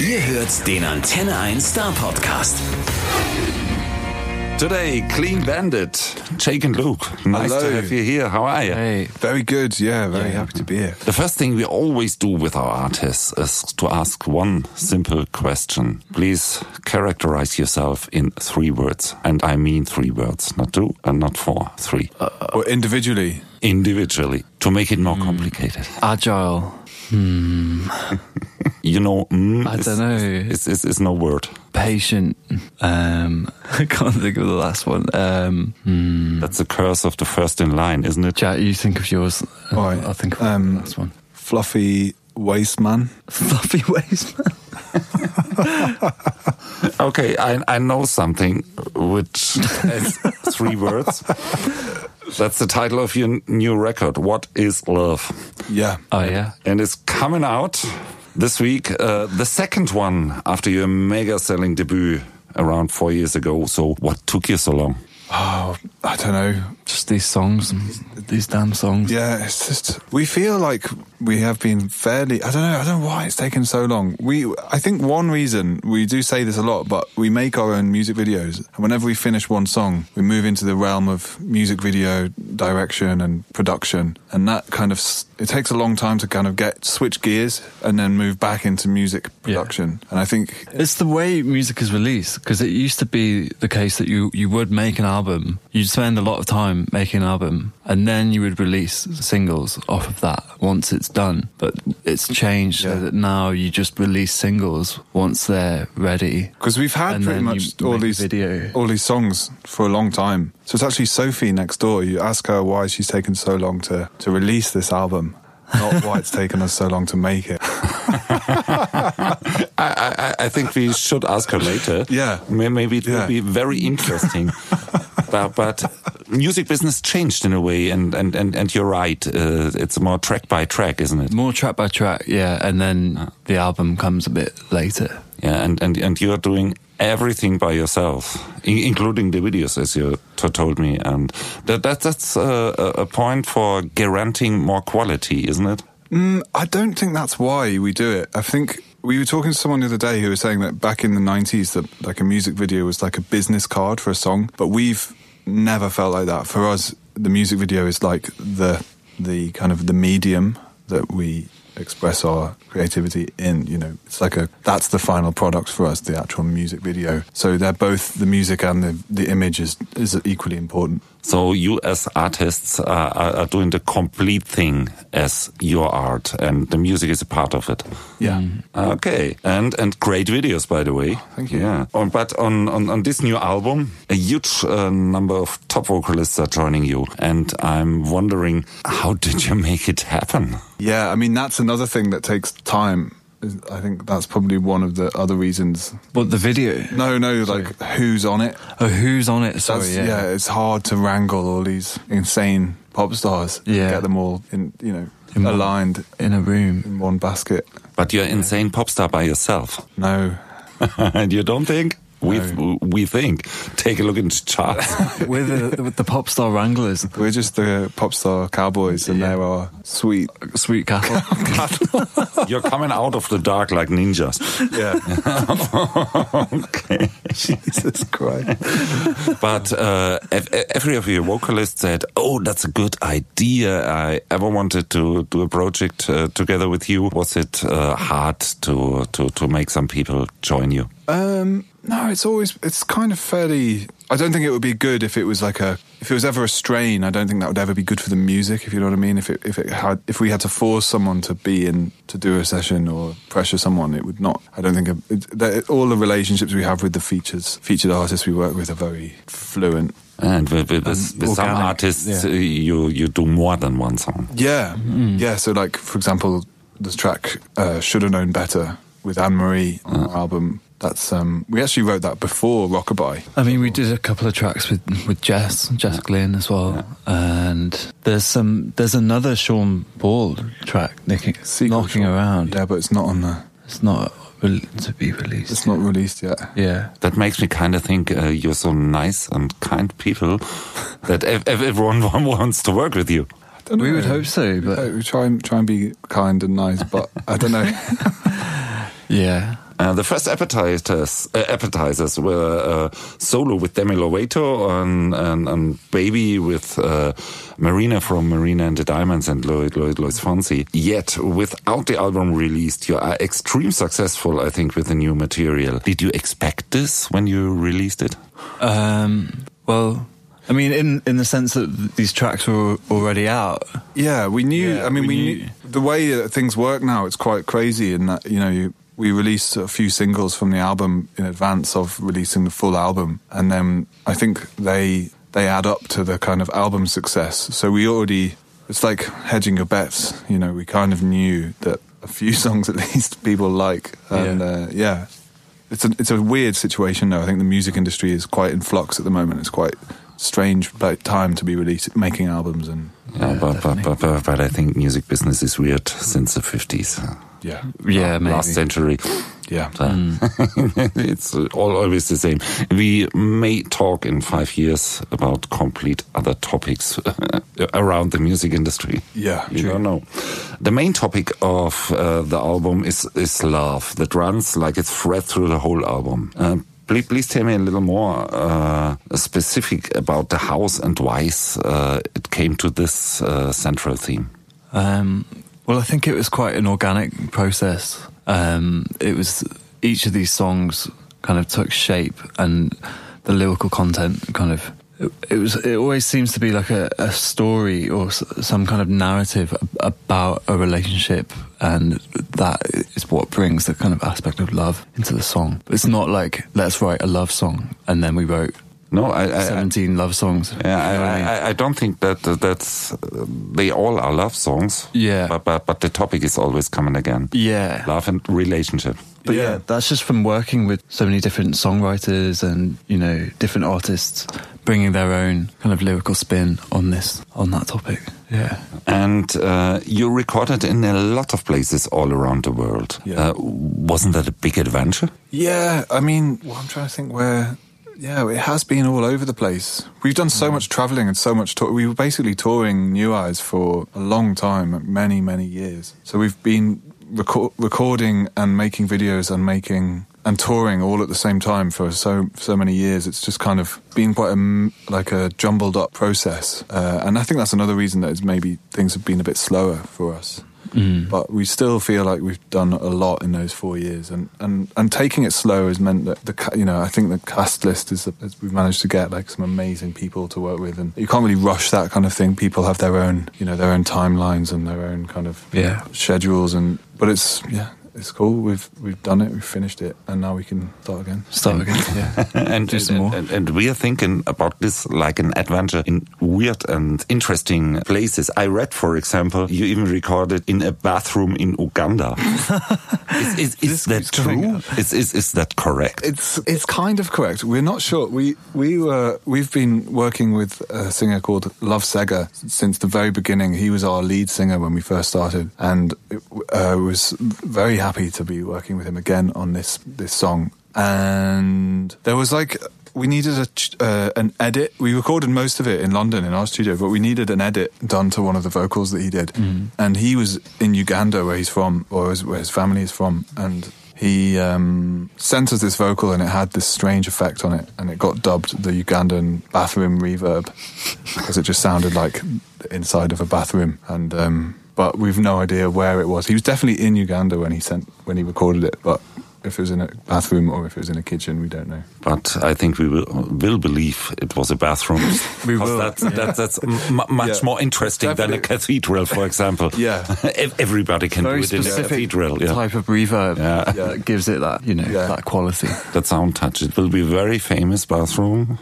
Ihr hört den Antenne 1 Star Podcast. Today, Clean Bandit, Jake and Luke. Nice to Hello. have you here. How are you? Hey, Very good. Yeah, very happy to be here. The first thing we always do with our artists is to ask one simple question. Please characterize yourself in three words. And I mean three words, not two and not four, three. Well, individually, Individually, to make it more complicated. agile. You know, mm, I is- dunno. Is, is, is no word. patient. Um, I can't think of the last one. Um, hmm. That's the curse of the first in line, isn't it? Jack, you think of yours. All right. I'll think of Um, the last one. fluffy waist man. Fluffy waist man. Okay, I, I know something which has three words. That's the title of your n- new record. What is love? Yeah. Oh yeah. And it's coming out this week, uh, the second one after your mega selling debut around four years ago. So, what took you so long? Oh, I don't know. Just these songs, and these damn songs. Yeah, it's just we feel like we have been fairly. I don't know. I don't know why it's taken so long. We, I think one reason we do say this a lot, but we make our own music videos, and whenever we finish one song, we move into the realm of music video direction and production, and that kind of s- it takes a long time to kind of get switch gears and then move back into music production. And I think It's the way music is released because it used to be the case that you, you would make an album, you'd spend a lot of time making an album, and then you would release singles off of that once it's done. But it's changed Yeah. so that now you just release singles once they're ready. Because we've had And pretty then much you all make a these video. all these songs for a long time. So it's actually Sophie next door. You ask her why she's taken so long to to release this album, not why it's taken us so long to make it. I, I, I- I think we should ask her later. Yeah. May- Maybe it will Yeah. be very interesting. but, but music business changed in a way, and, and, and, and you're right. Uh, it's more track by track, isn't it? More track by track, yeah, and then the album comes a bit later. Yeah, and, and, and you're doing everything by yourself, in, including the videos, as you t- told me. And that, that that's a, a- a point for guaranteeing more quality, isn't it? Mm, I don't think that's why we do it. I think we were talking to someone the other day who was saying that back in the '90s, that like a music video was like a business card for a song, but we've never felt like that. For us, the music video is like the the kind of the medium that we express our creativity in. You know, it's like a that's the final product for us, the actual music video. So they're both the music and the the image is is equally important. So you as artists are, are, are doing the complete thing as your art, and the music is a part of it. Yeah. Okay, and and great videos, by the way. Oh, Thank you. Yeah, on, but on, on on this new album, a huge uh, number of top vocalists are joining you, and I'm wondering how did you make it happen? Yeah, I mean that's another thing that takes time. Is- I think that's probably one of the other reasons. But the video, No, no, like who's on it? oh, who's on it? Sorry, That's, yeah. yeah. it's hard to wrangle all these insane pop stars. and Yeah. get them all in, you know, In one- aligned in a room. in one basket. But you're an insane pop star by yourself, No, and you don't think we No. we think. Take a look in the charts. We're the, with the pop star Wranglers, we're just the pop star cowboys, and Yeah. there are sweet. sweet cattle. you're coming out of the dark like ninjas. Yeah, okay. Jesus Christ. But uh, ev- ev- every of your vocalists said, "Oh, that's a good idea. I ever wanted to do a project uh, together with you." Was it uh, hard to, to to make some people join you? Um, no, it's always it's kind of fairly. I don't think it would be good if it was like a if it was ever a strain. I don't think that would ever be good for the music. If you know what I mean. If it if it had if we had to force someone to be in to do a session or pressure someone, it would not. I don't think it, it, that, all the relationships we have with the features featured artists we work with are very fluent. And with, with, with, with some Um, organic, artists, yeah. uh, you you do more than one song. Yeah, yeah. So like for example, the track uh, "Should Have Known Better" with Anne Marie on our album. That's um, we actually wrote that before Rockabye. I mean, we did a couple of tracks with with Jess, Jess Glynn as well, and there's some there's another Sean Ball track nicking, Secret knocking Shop. around. Yeah, but it's not on the. It's not re- to be released. It's not released yet. Yeah, That makes me kind of think uh, you're so nice and kind people that ev- ev- everyone wants to work with you. we would hope so, Uh, but we try and try and be kind and nice, but I don't know. yeah, Uh, the first appetizers uh, appetizers were uh, solo with Demi Lovato and, and, and Baby with uh, Marina from Marina and the Diamonds and Lloyd Lloyd Lloyd Fonsi. Yet without the album released, you are extreme successful, I think, with the new material. Did you expect this when you released it? Um, well, I mean, in in the sense that these tracks were already out. Yeah, we knew. Yeah, I mean, we we, knew. knew. the way that things work now. It's quite crazy in that you know you, we released a few singles from the album in advance of releasing the full album, and then I think they they add up to the kind of album success. So we already it's like hedging your bets. You know, we kind of knew that a few songs at least people like, and Yeah. yeah. Uh, yeah. It's a, it's a weird situation though. I think the music industry is quite in flux at the moment. It's quite strange like, time to be releasing making albums and Yeah, Uh, but, but, but, but, but I think music business is weird since the 50s, uh, yeah. Yeah, maybe. Hmm. last century. Yeah. So it's uh, all always the same. We may talk in five years about complete other topics around the music industry. Yeah. You don't know. The main topic of uh, the album is, is love that runs like it's thread through the whole album. Uh, please, please tell me a little more uh, specific about the house and why uh, it came to this uh, central theme. Um, well, I think it was quite an organic process. Um, it was each of these songs kind of took shape, and the lyrical content kind of it, it was. It always seems to be like a, a story or s- some kind of narrative ab- about a relationship, and that is what brings the kind of aspect of love into the song. It's not like let's write a love song and then we wrote No, I, I, I- seventeen love songs. You Yeah, know what I mean? I, I, I don't think that that- that's uh, they all are love songs. Yeah. but but, but the topic is always coming again. yeah. Love and relationship. But yeah. Yeah. that's just from working with so many different songwriters and you know different artists bringing their own kind of lyrical spin on this on that topic. Yeah, And uh, you recorded in a lot of places all around the world. Yeah. Uh, wasn't that a big adventure? Yeah, I mean, well, I'm trying to think where. Yeah, it has been all over the place. We've done so much traveling and so much. Tour- we were basically touring New Eyes for a long time, many, many years. So we've been reco- recording and making videos and making and touring all at the same time for so so many years. It's just kind of been quite a m like a jumbled up process, uh, and I think that's another reason that it's maybe things have been a bit slower for us Mm. but we still feel like we've done a lot in those four years, and and and taking it slow has meant that the ca- you know I think the cast list is, is we've managed to get like some amazing people to work with, and you can't really rush that kind of thing. People have their own you know their own timelines and their own kind of yeah, schedules, and but it's yeah it's cool. We've we've done it, we've finished it, and now we can start again. start again. Yeah, and, Do some and- more. and- and we are thinking about this like an adventure in weird and interesting places. I read, for example, you even recorded in a bathroom in Uganda. is is, is This that keeps coming true? Is, is is that correct? It's it's kind of correct. We're not sure. We we were we've been working with a singer called Love Sega since the very beginning. He was our lead singer when we first started, and I uh, was very happy to be working with him again on this this song. And there was like we needed a ch- uh, an edit. We recorded most of it in London in our studio, but we needed an edit done to one of the vocals that he did. And he was in Uganda, where he's from, or his, where his family is from, and he um, sent us this vocal and it had this strange effect on it and it got dubbed the ugandan bathroom reverb because it just sounded like the inside of a bathroom and um, but we've no idea where it was he was definitely in uganda when he sent when he recorded it but if it was in a bathroom or if it was in a kitchen we don't know But I think we will, will believe it was a bathroom. We Because will, That's, that's, that's m- m- much Yeah. more interesting than a Definitely. cathedral, for example. Yeah. Ev- Everybody can very do it in a specific cathedral. Yeah. type of reverb Yeah. Yeah. that gives it that you know Yeah. that quality. That sound touch. It will be a very famous bathroom.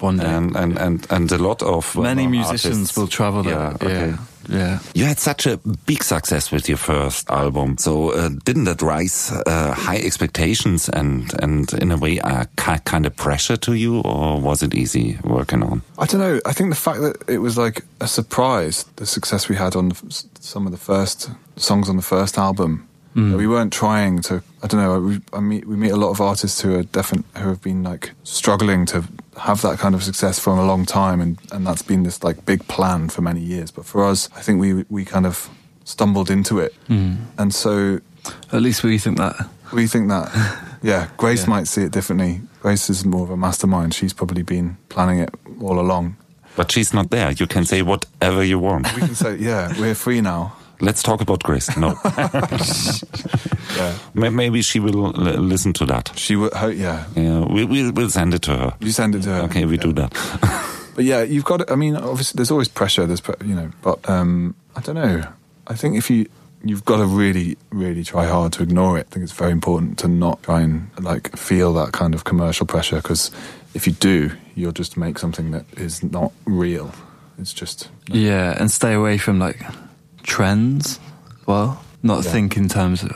One day, and, and, and, and a lot of Mm. many well-known musicians artists. will travel there. Yeah, okay. yeah, yeah. You had such a big success with your first album, so uh, didn't that raise uh, high expectations and and in a way uh, ki- kind of pressure to you, or was it easy working on? I don't know. I think the fact that it was like a surprise, the success we had on the, f- some of the first songs on the first album. We weren't trying to. I don't know. We, I meet we meet a lot of artists who are different, who have been like struggling to have that kind of success for a long time, and and that's been this like big plan for many years. But for us, I think we we kind of stumbled into it, and so At least we think that. We think that. Yeah, Grace might see it differently. Grace is more of a mastermind. She's probably been planning it all along. But she's not there. You can say whatever you want. We can say, yeah, we're free now. Let's talk about Grace. No. Yeah, May- Maybe she will l- listen to that. she would. Ho- yeah, Yeah, we, we, we'll send it to her. you send it to her. Okay, we Yeah. do that. But yeah, you've got. to- I mean, obviously, there's always pressure. There's, pre- you know, but um, I don't know. I think if you you've got to really, really try hard to ignore it. I think it's very important to not try and like feel that kind of commercial pressure because if you do, you'll just make something that is not real. It's just Yeah, and stay away from like trends. Well, not Yeah. think in terms of.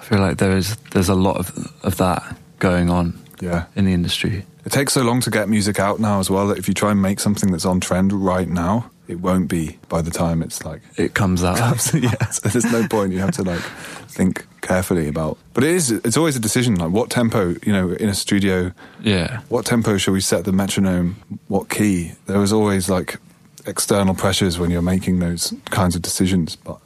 I feel like there is there's a lot of of that going on yeah. in the industry. It takes so long to get music out now as well that if you try and make something that's on trend right now, it won't be by the time it's like It comes out. yeah, so there's no point. You have to like think carefully about. But it is. It's always a decision. Like what tempo, you know, in a studio, yeah, what tempo should we set the metronome? What key? There was always like external pressures when you're making those kinds of decisions. But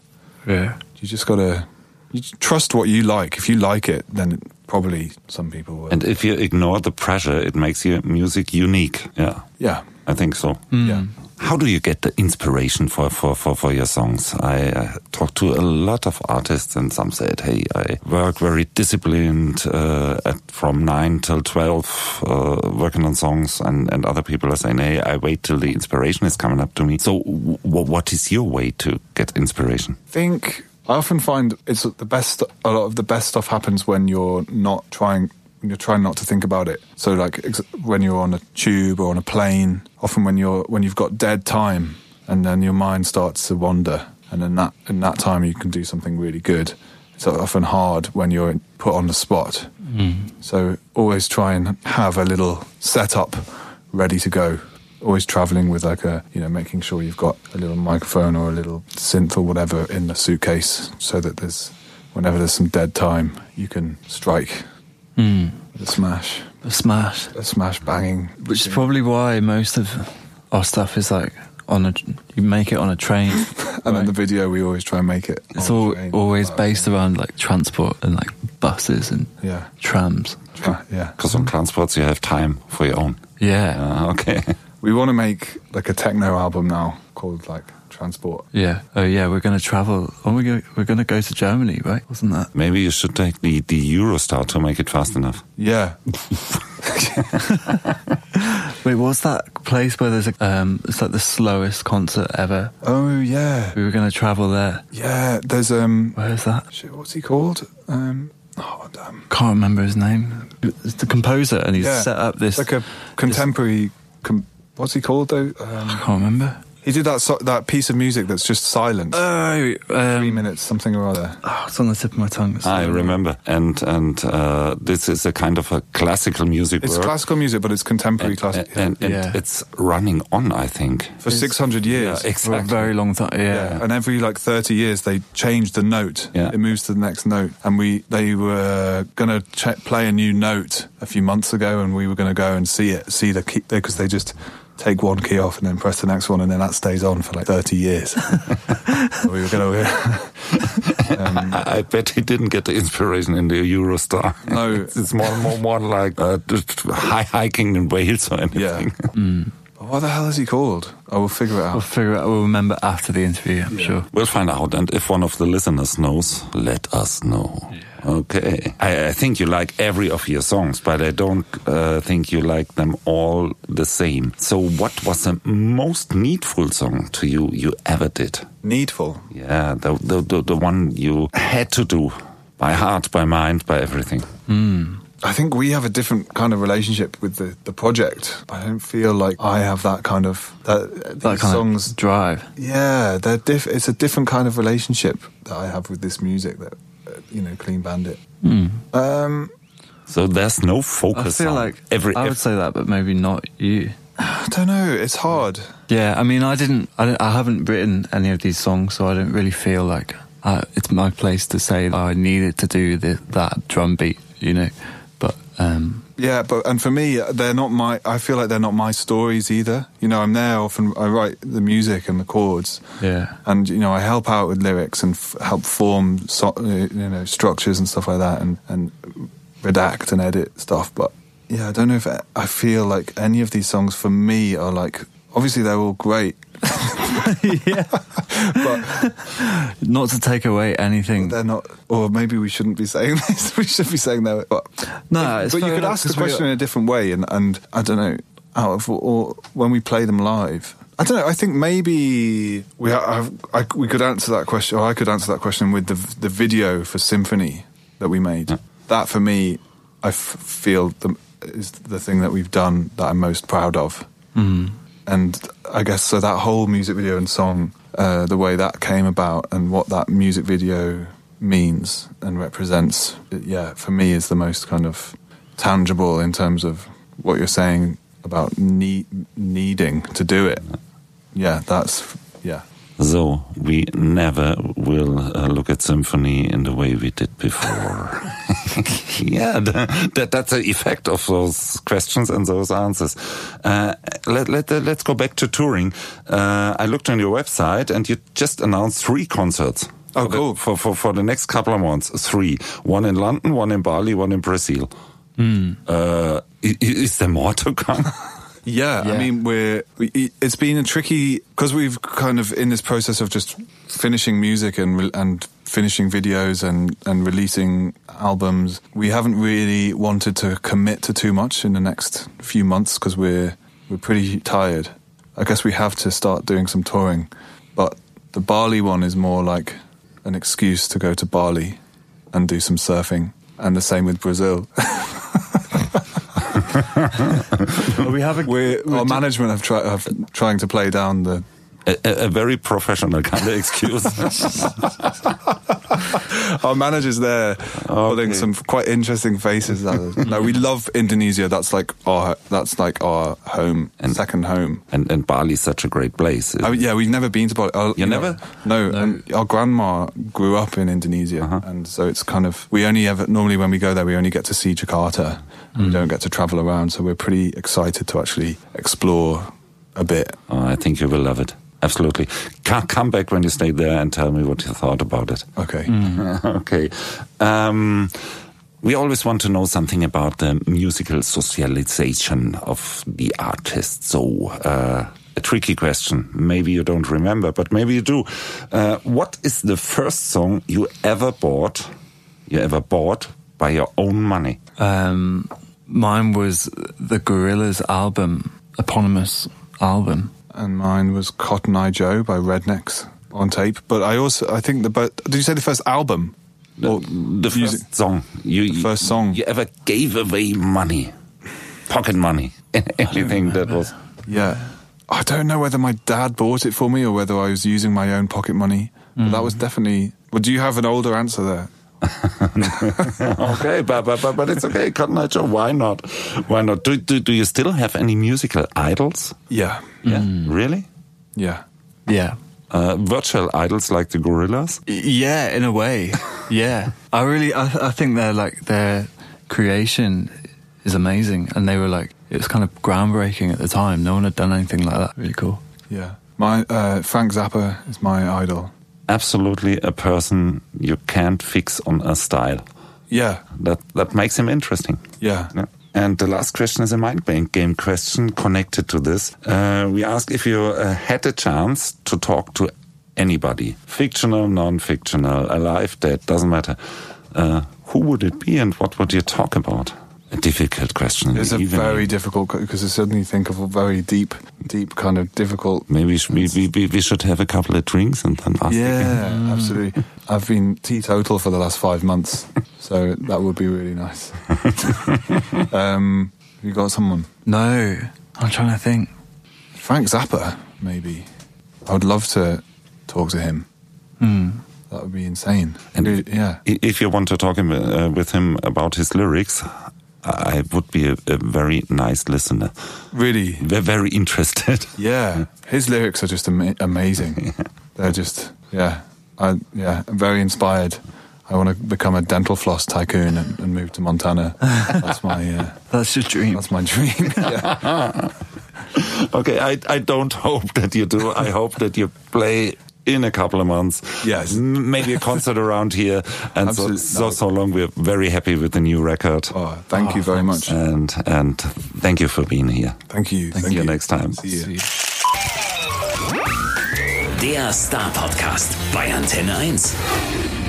yeah. you just gotta you just trust what you like. If you like it, then it, probably some people will. and if you ignore the pressure, it makes your music unique. Yeah, yeah, I think so. yeah. How do you get the inspiration for, for, for, for your songs? I uh, talked to a lot of artists, and some said, Hey, I work very disciplined uh, at from 9 till 12, uh, working on songs, and, and other people are saying, Hey, I wait till the inspiration is coming up to me. So, w- what is your way to get inspiration? think I often find it's the best. A lot of the best stuff happens when you're not trying. When you're trying not to think about it. So like ex- when you're on a tube or on a plane. Often when you're when you've got dead time, and then your mind starts to wander, and in that in that time you can do something really good. It's often hard when you're put on the spot. So always try and have a little setup ready to go. Always traveling with like a, you know, making sure you've got a little microphone or a little synth or whatever in the suitcase so that there's, whenever there's some dead time, you can strike Hmm. with a smash, A smash. a smash banging. Which is probably why most of our stuff is like on a you make it on a train. And then the video, we always try and make it. It's on all, train. always Like, based around like transport and like buses and Yeah. trams. tra- Yeah. Because on transports, you have time for your own. Yeah, Uh, okay. We want to make like a techno album now called like Transport. yeah. Oh yeah, we're gonna travel. Oh, we're gonna, we're gonna go to Germany, right? Wasn't that? Maybe you should take the, the Eurostar to make it fast enough. Yeah. Wait, what's that place where there's a? Um, it's like the slowest concert ever. Oh, yeah. We were gonna travel there. Yeah. There's, um, Where's that? Shit, what's he called? Um, oh damn! Can't remember his name. It's the composer, and he's set up this. like a contemporary. Com- what's he called though? Um, I can't remember. he did that so- that piece of music that's just silent, Oh, three um, minutes, something or other. oh, it's on the tip of my tongue. I remember. And and uh, this is a kind of a classical music It's work. classical music, but it's contemporary and, classic and, and, and Yeah. it's running on, I think. for six hundred years. Yeah, For a exactly. very long time. Yeah. and every like 30 years they change the note Yeah. it moves to the next note and we they were going to ch- play a new note a few months ago and we were going to go and see it see the key because they just take one key off and then press the next one and then that stays on for like 30 years we were going to I, I bet he didn't get the inspiration in the Eurostar. No. it's, it's more more more like uh, just high hiking in Wales or yeah anything. But what the hell is he called i will figure it We'll out figure out. We'll remember after the interview. I'm sure. We'll find out, and if one of the listeners knows, let us know. Okay. I, I think you like every of your songs, but I don't uh, think you like them all the same. So, what was the most needful song to you you ever did? needful Yeah, the the the, the one you had to do by heart, by mind, by everything. I think we have a different kind of relationship with the, the project. I don't feel like I have that kind of that, these That kind songs of drive. Yeah, they're diff- it's a different kind of relationship that I have with this music that, uh, you know, Clean Bandit. Um, So there's no I focus. feel on like every. I would say that, but maybe not you. I don't know, it's hard. Yeah, I mean, I didn't. I, don't, I haven't written any of these songs, so I don't really feel like uh, it's my place to say oh, I needed to do the, that drum beat, you know. But um, Yeah, but and for me, they're not my. I feel like they're not my stories either. You know, I'm there often. I write the music and the chords. Yeah. and you know, I help out with lyrics and f- help form so, you know structures and stuff like that, and and redact and edit stuff. But yeah, I don't know if I- I feel like any of these songs for me are like. Obviously, they're all great. yeah. Not to take away anything. They're not, or maybe we shouldn't be saying this. we should be saying that. But No, it's but you fair could enough, ask the 'cause we- question in a different way, and, and I don't know, out of or when we play them live. I don't know. I think maybe we ha- have, I, we could answer that question, or I could answer that question with the the video for Symphony that we made. That for me, I f- feel the, is the thing that we've done that I'm most proud of. Mm. And I guess so that whole music video and song, uh, the way that came about, and what that music video means and represents, it- yeah, for me is the most kind of tangible in terms of what you're saying about need, needing to do it. Yeah, that's yeah. So we never will uh, look at symphony in the way we did before. yeah, th- that, that's the effect of those questions and those answers. Uh, let, let, let's go back to touring. Uh, I looked on your website and you just announced three concerts. Oh, for the- cool. for, for, for the next couple of months, three. One in London, one in Bali, one in Brazil. Hmm. Uh, i- i- is there more to come? Yeah, I Yeah. mean, we're we, it- it's been a tricky because we've kind of in this process of just finishing music and re- and finishing videos and and releasing albums. We haven't really wanted to commit to too much in the next few months because we're we're pretty tired. I guess we have to start doing some touring, but the Bali one is more like an excuse to go to Bali and do some surfing, and the same with Brazil. we have a We're, our management have, try, have trying to play down the a, a, a very professional kind of excuse. Our manager's there Oh, pulling some quite interesting faces. out of- no, we love Indonesia. That's like our that's like our home, second home. and, and Bali is such a great place. I mean, yeah, we've never been to Bali. Uh, You know, never? no, And our grandma grew up in Indonesia, Uh-huh. and so it's kind of we only ever normally when we go there we only get to see Jakarta. Mm. We don't get to travel around, so we're pretty excited to actually explore a bit. Oh, I think you will love it. Absolutely. Ca come back when you stay there and tell me what you thought about it. Okay. okay. Um, we always want to know something about the musical socialization of the artist. So, uh, a tricky question. Maybe you don't remember, but maybe you do. Uh, what is the first song you ever bought? You ever bought by your own money? Um, mine was the Gorillas album, eponymous album. and mine was Cotton Eye Joe by Rednecks on tape. But I also I think the but did you say the first album? Or The music- first song. You, The first song. You ever gave away money, pocket money, anything that was. Yeah. I don't know whether my dad bought it for me or whether I was using my own pocket money. But that was definitely. Well, do you have an older answer there? okay, but, but, but, but it's okay. Cotton Eye Joe, why not? Why not? Do, do, do you still have any musical idols? Yeah. Yeah. Really? Yeah. Yeah. Uh, virtual idols like the Gorillas? Yeah, in a way. Yeah. I really, I, I think they're like, their creation is amazing. And they were like, it was kind of groundbreaking at the time. No one had done anything like that. Really cool. Yeah. My uh, Frank Zappa is my idol. Absolutely a person you can't fix on a style. Yeah. That, that makes him interesting. Yeah. Yeah. And the last question is a mind bank game question connected to this. Uh, we ask if you uh, had a chance to talk to anybody, fictional, non fictional, alive, dead, doesn't matter. Uh, who would it be and what would you talk about? A difficult question. in It's the a evening. very difficult because I suddenly think of a very deep, deep kind of difficult Maybe sh- we, we, we- we should have a couple of drinks and then ask again. Yeah, absolutely. I've been teetotal for the last five months, so that would be really nice. um, you got someone? No, I'm trying to think. Frank Zappa, maybe. I would love to talk to him. Hmm. That would be insane. And- Really- yeah, I- If you want to talk him, uh, with him about his lyrics, I I would be a, a very nice listener. really. We're very interested. Yeah, his lyrics are just ama- amazing. They're just yeah, I yeah, I'm very inspired. I want to become a dental floss tycoon and, and move to Montana. That's my uh, That's your dream. that's my dream. yeah. Okay, I, I don't hope that you do. I hope that you play in a couple of months. Yes. M- Maybe a concert around here. And so, Absolutely. so, so long, we're very happy with the new record. Oh, thank you very much. And, and thank you for being here. Thank you. Thank, See you next time. See you. Der Star Podcast bei Antenne 1.